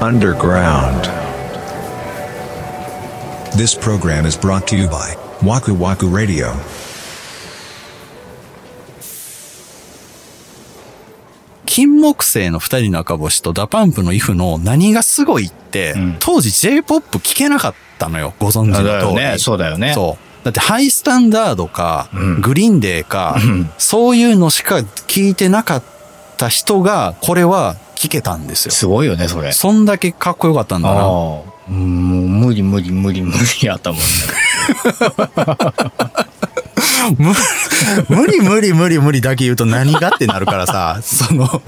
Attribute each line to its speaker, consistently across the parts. Speaker 1: underground.
Speaker 2: This program is brought to you by Waku Waku Radio.
Speaker 3: 金木星の二人の赤星とダパンプのイフの何がすごいって、
Speaker 4: うん
Speaker 3: 当時 J-POP 聞けなかったのよ。ご存知
Speaker 4: あ
Speaker 3: の
Speaker 4: だ
Speaker 3: 通
Speaker 4: よ
Speaker 3: り。
Speaker 4: ね。そうだよね。
Speaker 3: そう。だってハイスタンダードか、
Speaker 4: うん
Speaker 3: グリーンデーか、
Speaker 4: うん
Speaker 3: そういうのしか聞いてなかった人が、これは聞けたんですよ。
Speaker 4: すごいよね、それ。
Speaker 3: そんだけかっこよかったんだ
Speaker 4: ああ
Speaker 3: な。。
Speaker 4: うんもう無理無理無理無理やったもんね。
Speaker 3: 無理無理無理無理だけ言うと何がってなるからさ、その、か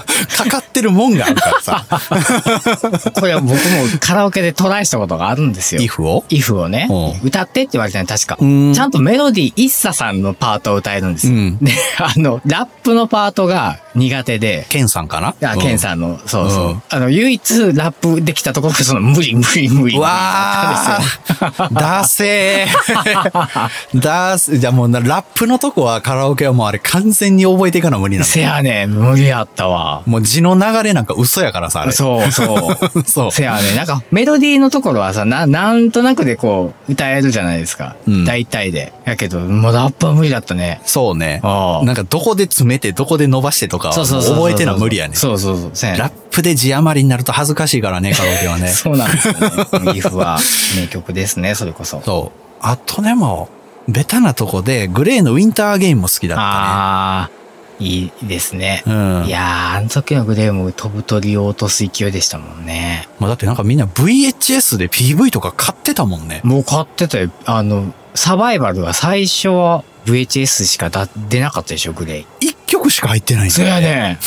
Speaker 3: かってるもんがあるからさ、
Speaker 4: これは僕もカラオケでトライしたことがあるんですよ
Speaker 3: イ。フを。
Speaker 4: イフをね
Speaker 3: う、
Speaker 4: 歌ってって言われたの確か。
Speaker 3: うん
Speaker 4: ちゃんとメロディー、イッサさんのパートを歌えるんですよ。
Speaker 3: うん
Speaker 4: で、あの、ラップのパートが苦手で、
Speaker 3: ケンさんかな
Speaker 4: あ、ケンさんの、そうそう。
Speaker 3: うん
Speaker 4: あの、唯一ラップできたところが、その、無理無理無理。
Speaker 3: うわー、だせー。 だせ、じゃあもうなラップのとこはカラオケはもうあれ完全に覚えていかな無理なの。
Speaker 4: せやねん、無理やったわ。
Speaker 3: もう字の流れなんか嘘やからさ、あれ。
Speaker 4: そう そう。
Speaker 3: そう
Speaker 4: せやねん、なんか、メロディーのところはさ、な、なんとなくでこう、歌えるじゃないですか。
Speaker 3: うん
Speaker 4: 大体で。やけど、もうラップは無理だったね。
Speaker 3: そうね。
Speaker 4: ああ
Speaker 3: なんかどこで詰めて、どこで伸ばしてとか、
Speaker 4: そうそうそうそう。
Speaker 3: 覚えてな無理やね。
Speaker 4: そうそうそう。せやねん
Speaker 3: ラップで字余りになると恥ずかしいからね、カラオケはね。
Speaker 4: そうなんですよ ね。岐阜は名曲ですね、それこそ。
Speaker 3: そう。あとね、もう、ベタなとこで、グレーのウィンターゲームも好きだっ
Speaker 4: ああ、いいですね。
Speaker 3: たね。うん。
Speaker 4: いやー、あの時のグレーム飛ぶ鳥を落とす勢いでしたもんね。
Speaker 3: まあ、だってなんかみんな VHS で PV とか買ってたもんね。
Speaker 4: もう買ってたよ。あの、サバイバルは最初は VHS しかだ出なかったでしょ、グレイ。
Speaker 3: 一曲しか入ってないんだ
Speaker 4: そう
Speaker 3: よ
Speaker 4: やね。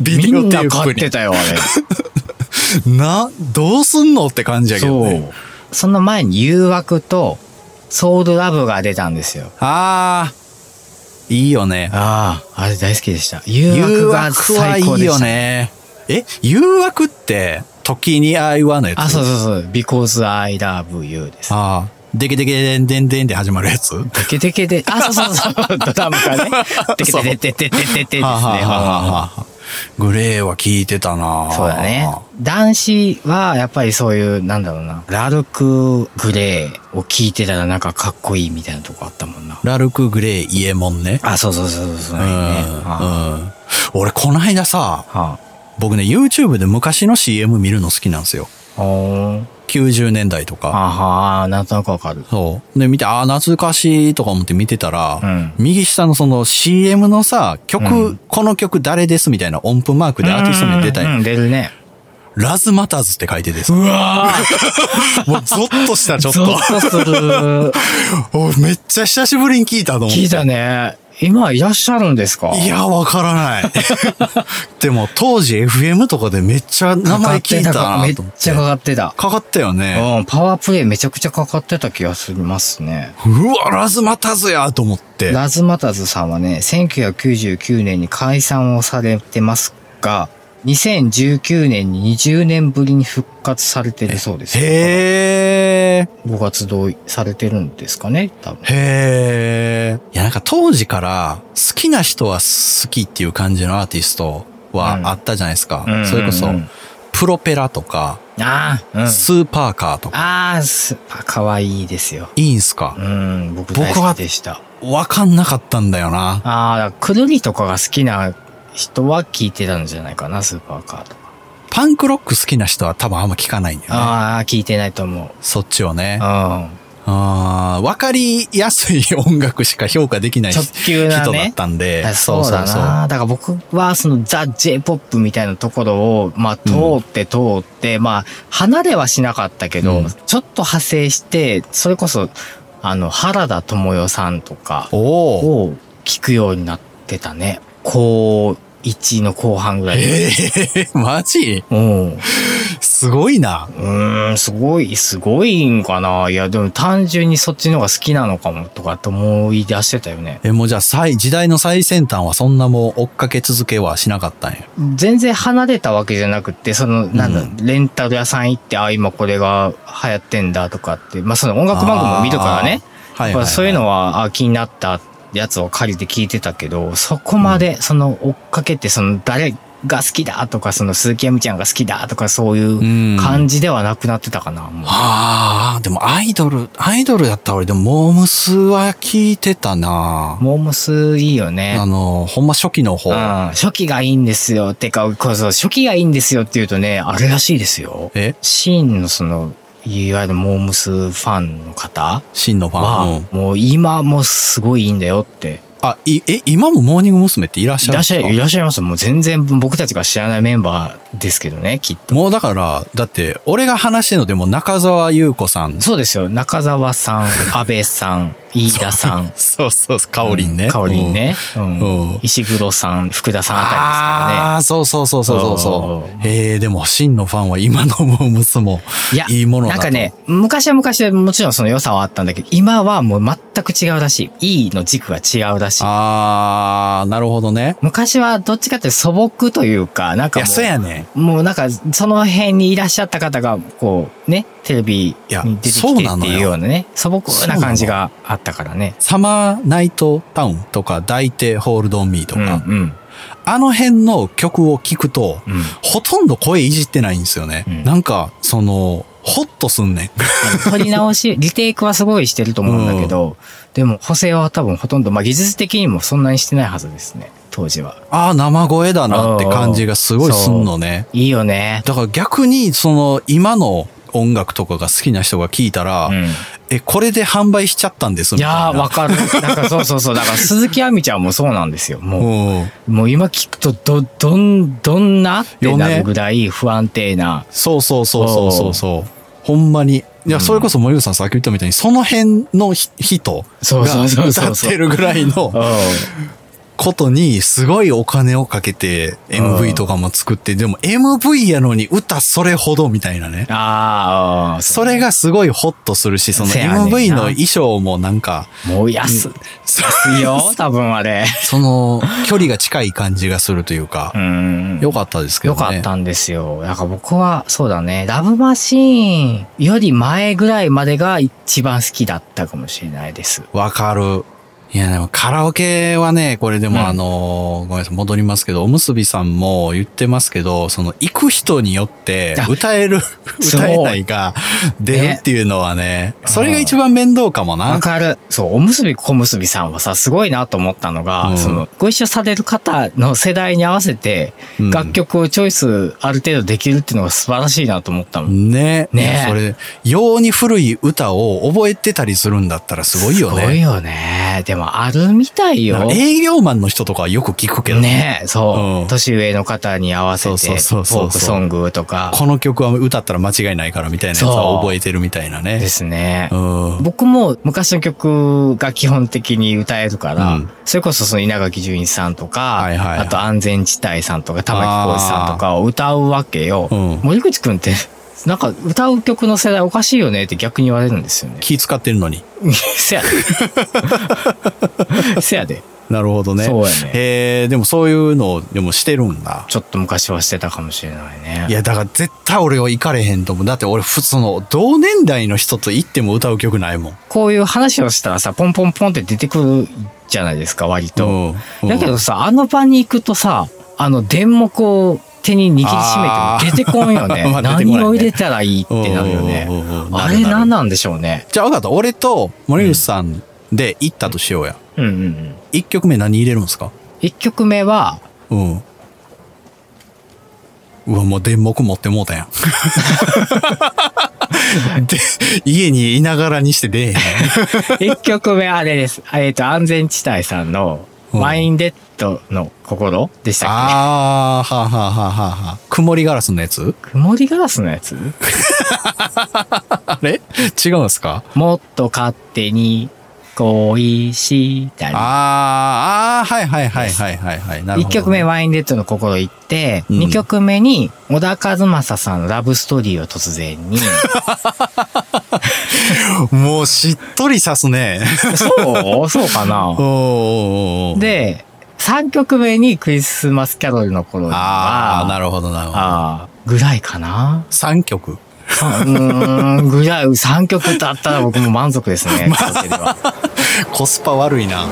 Speaker 3: ビ
Speaker 4: み
Speaker 3: デオ
Speaker 4: ん
Speaker 3: テ
Speaker 4: な
Speaker 3: ー
Speaker 4: 買
Speaker 3: プ
Speaker 4: って
Speaker 3: に。
Speaker 4: たよ、あ
Speaker 3: な、どうすんのって感じ
Speaker 4: れ。
Speaker 3: やけど
Speaker 4: そ
Speaker 3: ね。
Speaker 4: う。その前に誘惑とソードラブが出たんですよ。
Speaker 3: あー、いいよね。
Speaker 4: ああ、あれ大好きでした。誘
Speaker 3: 誘
Speaker 4: 惑が
Speaker 3: 惑は
Speaker 4: 最
Speaker 3: い
Speaker 4: 高
Speaker 3: い
Speaker 4: でした。
Speaker 3: よね。え、誘惑って、時に愛はのやつ
Speaker 4: あ、そうそうそう。because I love you です。
Speaker 3: ああ、でけでけでんでんでんで始まるやつ
Speaker 4: テケテケで、あ、そうそうそう。ドラムがね。テケテケテテテテテですね。
Speaker 3: はあはあはあはあグレーは聞いてたな
Speaker 4: そうだね。男子は、やっぱりそういう、なんだろうな。ラルク・グレーを聞いてたらなんかかっこいいみたいなとこあったもんな。
Speaker 3: ラルク・グレー、イエモンね。
Speaker 4: あ、そうそうそうそう。そう
Speaker 3: う
Speaker 4: ね。
Speaker 3: ん。
Speaker 4: は
Speaker 3: うん。俺、こないださ、
Speaker 4: あは
Speaker 3: 僕ね、YouTube で昔の CM 見るの好きなんですよ。
Speaker 4: あ。おー
Speaker 3: 90年代と
Speaker 4: あ
Speaker 3: か。
Speaker 4: はあ、なんとなくわかる。
Speaker 3: そう。で、見て、ああ、懐かしいとか思って見てたら、
Speaker 4: うん
Speaker 3: 右下のその CM のさ、曲、
Speaker 4: うん
Speaker 3: この曲誰ですみたいな音符マークでアーティスト名出た
Speaker 4: うん
Speaker 3: り、
Speaker 4: うん、出るね。
Speaker 3: ラズマターズって書いて てさ、
Speaker 4: うわ
Speaker 3: もうゾッとした、ちょっ
Speaker 4: ゾ
Speaker 3: と。
Speaker 4: ッとする。
Speaker 3: おめっちゃ久しぶりに聞いたと思って
Speaker 4: 聞いたね。今いらっしゃるんですか
Speaker 3: いや、わからない。 でも当時 FM とかでめっちゃ名前聞いたな
Speaker 4: かかって
Speaker 3: と
Speaker 4: た
Speaker 3: 思っ
Speaker 4: めっち
Speaker 3: て
Speaker 4: ゃかかってた。
Speaker 3: かかったよね。
Speaker 4: うん、パワープレイめちゃくちゃかかってた気がしますね。
Speaker 3: うわ、ラズマタズやと思って。
Speaker 4: ラズマタズさんはね、1999年に解散をされてますが、2019年に20年ぶりに復活されてるそうですよ。
Speaker 3: へー。
Speaker 4: ご活動されてるんですかね多分。
Speaker 3: へー。いや、なんか当時から好きな人は好きっていう感じのアーティストはあったじゃないですか。
Speaker 4: うん
Speaker 3: それこそ
Speaker 4: うんうんうん、
Speaker 3: プロペラとか、
Speaker 4: ああ、うん。
Speaker 3: スーパーカーとか、
Speaker 4: ああ、す、あ可愛いですよ。
Speaker 3: いいんすか
Speaker 4: うん、僕
Speaker 3: 僕は
Speaker 4: 大好きでした。
Speaker 3: わかんなかったんだよな。
Speaker 4: ああ、だからくるりとかが好きな人は聞いてたんじゃないかな、スーパーカーとか。
Speaker 3: パンクロック好きな人は多分あんま聞かないんだよね。
Speaker 4: ああ、聞いてないと思う。
Speaker 3: そっちをね。
Speaker 4: うん。
Speaker 3: ああ、わかりやすい音楽しか評価できない
Speaker 4: 直球なね
Speaker 3: 人だったんで。
Speaker 4: あそうだなだから僕はそのザ・ J-POP みたいなところを、まあ通って通って、まあ離れはしなかったけど、
Speaker 3: うん
Speaker 4: ちょっと派生して、それこそ、あの、原田智代さんとか
Speaker 3: う。おお。
Speaker 4: を聞くようになってたね。高1の後半ぐらいで。
Speaker 3: ええマジ
Speaker 4: うん。う
Speaker 3: すごいな。
Speaker 4: ーん、すごい、すごいんかな。いや、でも単純にそっちの方が好きなのかもとかって思い出してたよね。
Speaker 3: え、もうじゃあ最、時代の最先端はそんなもう追っかけ続けはしなかったんや。
Speaker 4: 全然離れたわけじゃなくて、その、なんだ、
Speaker 3: うん
Speaker 4: レンタル屋さん行って、あ、今これが流行ってんだとかって、まあその音楽番組も見るからね。
Speaker 3: あー。はい
Speaker 4: やっぱそういう
Speaker 3: は
Speaker 4: のは、あ、気になったやつを借りて聞いてたけど、そこまで、その追っかけて、その誰が好きだとか、その鈴木亜美ちゃんが好きだとか、そうい
Speaker 3: ん
Speaker 4: う感じではなくなってたかな。もう
Speaker 3: ああ、でもアイドル、アイドルだったら俺でもモームスは聞いてたな
Speaker 4: モームスいいよ
Speaker 3: あ
Speaker 4: ね。
Speaker 3: の、ほんま初期の方
Speaker 4: うん。。初期がいいんですよ。てか、こうそう初期がいいんですよって言うとね、あれらしいですよ。
Speaker 3: え
Speaker 4: シーンのその、いわゆるモームスファンの方
Speaker 3: 真のファン。う
Speaker 4: は
Speaker 3: ん、
Speaker 4: もう今もすごいいいんだよって。
Speaker 3: あ、い、え、今もモーニング娘。っていらっし
Speaker 4: い
Speaker 3: ゃるん
Speaker 4: ら
Speaker 3: で
Speaker 4: っ
Speaker 3: す
Speaker 4: し
Speaker 3: か
Speaker 4: ゃい、いらっしゃいます。もう全然僕たちが知らないメンバーですけどね、きっと。
Speaker 3: もうだから、だって、俺が話してるのでも中澤優子さん。
Speaker 4: そうですよ。中 澤さん、安倍さん、飯田さん。
Speaker 3: そうそう、かおりんね。
Speaker 4: かおりんね。う
Speaker 3: うん
Speaker 4: ん。石黒さん、福田さんあ
Speaker 3: ああ、そうそうそうそうそうそう。ええでも、真のファンは今のモームスも
Speaker 4: たりですからね。
Speaker 3: いいものだ
Speaker 4: なん
Speaker 3: と
Speaker 4: かね、昔は昔でもちろんその良さはあったんだけど、今はもう全く違うらしい。いいの軸が違うらしい。
Speaker 3: ああ、なるほどね。
Speaker 4: 昔はどっちかっていうと素朴というか、なん
Speaker 3: い
Speaker 4: かも
Speaker 3: や、そうやね。
Speaker 4: う、もうなんかその辺にいらっしゃった方が、こうね、テレビ
Speaker 3: いや
Speaker 4: に出てき
Speaker 3: そう
Speaker 4: て
Speaker 3: な
Speaker 4: っ
Speaker 3: の
Speaker 4: て
Speaker 3: よ
Speaker 4: いうようなね、素朴な感じがあったからね。
Speaker 3: サマーナイトタウンとか、抱いてホールドンミーと
Speaker 4: うん、う
Speaker 3: か、
Speaker 4: ん、
Speaker 3: あの辺の曲を聴くと、
Speaker 4: うん。
Speaker 3: ほとんど声いじってないんですよね。
Speaker 4: うん
Speaker 3: なんか、その、ホッとすんね ん。
Speaker 4: 取り直し、リテイクはすごいしてると思うんだけど、でも補正は多分ほとんど、まあ技術的にもそんなにしてないはずですね、当時は。
Speaker 3: ああ、生声だなって感じがすごいすんのね。
Speaker 4: いいよね。
Speaker 3: だから逆に、その、今の音楽とかが好きな人が聴いたら、
Speaker 4: うん、
Speaker 3: え、これで販売しちゃったんです
Speaker 4: い
Speaker 3: みたいな。
Speaker 4: やー、わかる。なんかそうそうそう。だから鈴木亜美ちゃんもそうなんですよ。も
Speaker 3: うん。
Speaker 4: う、もう今聞くと、ど、どん、どんなってなるぐらい不安定な。
Speaker 3: そうそうそうそうそうそう。ほんまに。いや、それこそ森口さんさっき言ったみたいに、その辺のひ人
Speaker 4: そう
Speaker 3: が
Speaker 4: そうそうそう
Speaker 3: 歌ってるぐらいの
Speaker 4: う
Speaker 3: ことに、すごいお金をかけて、MV とかも作って、でも MV やのに歌それほどみたいなね。
Speaker 4: ん。ああ、
Speaker 3: それがすごいホッとするし、その
Speaker 4: せやねんな
Speaker 3: MV の衣装もなんか、
Speaker 4: もう安、安いよ、 多分あれ。
Speaker 3: その距離が近い感じがするというか
Speaker 4: う、ん。
Speaker 3: 良かったですけど
Speaker 4: よ
Speaker 3: ね。
Speaker 4: かったんですよ。だから僕は、そうだね、ラブマシーンより前ぐらいまでが一番好きだったかもしれないです。
Speaker 3: わかる。いや、でもカラオケはね、これで
Speaker 4: うん
Speaker 3: もあのーごめんなさい、戻りますけど、おむすびさんも言ってますけど、その、行く人によって
Speaker 4: あ、
Speaker 3: 歌える、
Speaker 4: そう
Speaker 3: 歌えないが出るっていうのはね、それが一番面倒かも
Speaker 4: わ
Speaker 3: な。
Speaker 4: かる。そう、おむすび小むすびさんはさ、すごいなと思ったのが、
Speaker 3: うん
Speaker 4: その、ご一緒される方の世代に合わせて、
Speaker 3: うん
Speaker 4: 楽曲をチョイスある程度できるっていうのが素晴らしいなと思ったの。
Speaker 3: ね
Speaker 4: ね
Speaker 3: それ、ように古い歌を覚えてたりするんだったらすごいよ
Speaker 4: すごい
Speaker 3: ね。
Speaker 4: よね。でも、あるみたい
Speaker 3: なん
Speaker 4: よ
Speaker 3: か。営業マンの人とかはよく聞くけど、
Speaker 4: ねえ、そう、
Speaker 3: うん
Speaker 4: 年上の方に合わせて、フ
Speaker 3: そう
Speaker 4: ォ
Speaker 3: そうそうそう
Speaker 4: ークソングとか
Speaker 3: この曲は歌ったら間違いないからみたいなやつ
Speaker 4: そ
Speaker 3: は
Speaker 4: う
Speaker 3: 覚えてるみたいな
Speaker 4: で
Speaker 3: ね。
Speaker 4: すね。
Speaker 3: うん。
Speaker 4: 僕も昔の曲が基本的に歌えるから、
Speaker 3: うん
Speaker 4: それこそその稲垣潤一さんとか、
Speaker 3: はいはいはい
Speaker 4: あと安全地帯さんとか玉置浩二さんとかを歌うわけよ。
Speaker 3: うん
Speaker 4: 森口くんって、なんか歌う曲の世代おかしいよねって逆に言われるんです よね。
Speaker 3: 気使ってるのに。
Speaker 4: せや で。せやで。
Speaker 3: なるほどね。
Speaker 4: そうやね
Speaker 3: えー、でもそういうのを、でもしてるんだ。
Speaker 4: ちょっと昔はしてたかもしれないね。
Speaker 3: いや、だから絶対俺は行かれへんと思う。だって俺、ふその、同年代の人と行っても歌う曲ないもん。
Speaker 4: こういう話をしたらさ、ポンポンポンって出てくるじゃないですか、割と。
Speaker 3: うん
Speaker 4: だけどさ、あの場に行くとさ、あの電目を手に握りし
Speaker 3: あ
Speaker 4: め
Speaker 3: ー
Speaker 4: ても出てこんよね。
Speaker 3: まあ出てこないね
Speaker 4: 何を入れたらいいってなるよ
Speaker 3: う
Speaker 4: ね。
Speaker 3: んうんうん
Speaker 4: あれ
Speaker 3: なるな
Speaker 4: 何
Speaker 3: る
Speaker 4: なんでしょうね。
Speaker 3: じゃあ分かった。俺と森口さんで行ったとしようや。
Speaker 4: うんうんうん。
Speaker 3: 一曲目何入れるんですか
Speaker 4: 一曲 目は、
Speaker 3: うん。うわ、もう電木持ってもうたや ん。で、家にいながらにして出えへん。
Speaker 4: 一曲目あれです。えっと、安全地帯さんの、
Speaker 3: うん
Speaker 4: マインデッドの心でしたっけ
Speaker 3: ああ、はあはあはあはあはあ。曇りガラスのやつ
Speaker 4: 曇りガラスのやつ
Speaker 3: あれ違うんですか
Speaker 4: もっと勝手に恋したり。
Speaker 3: あーあー、はいはいはいはいはいはい。なるほどね
Speaker 4: 1曲目、ワインデッドの心行って、
Speaker 3: うん
Speaker 4: 二2曲目に、小田和正さんのラブストーリーを突然 に。
Speaker 3: もうしっとりさすね。
Speaker 4: そうそうかな
Speaker 3: おーおーおー
Speaker 4: で、3曲目にクリスマスキャロルの頃には
Speaker 3: あ、あ、なるほどなるほど。
Speaker 4: あーぐらいかな
Speaker 3: 3曲。
Speaker 4: うーん、ぐらい、3曲だったら僕も満足ですね。カラオケでは
Speaker 3: コスパ悪いな。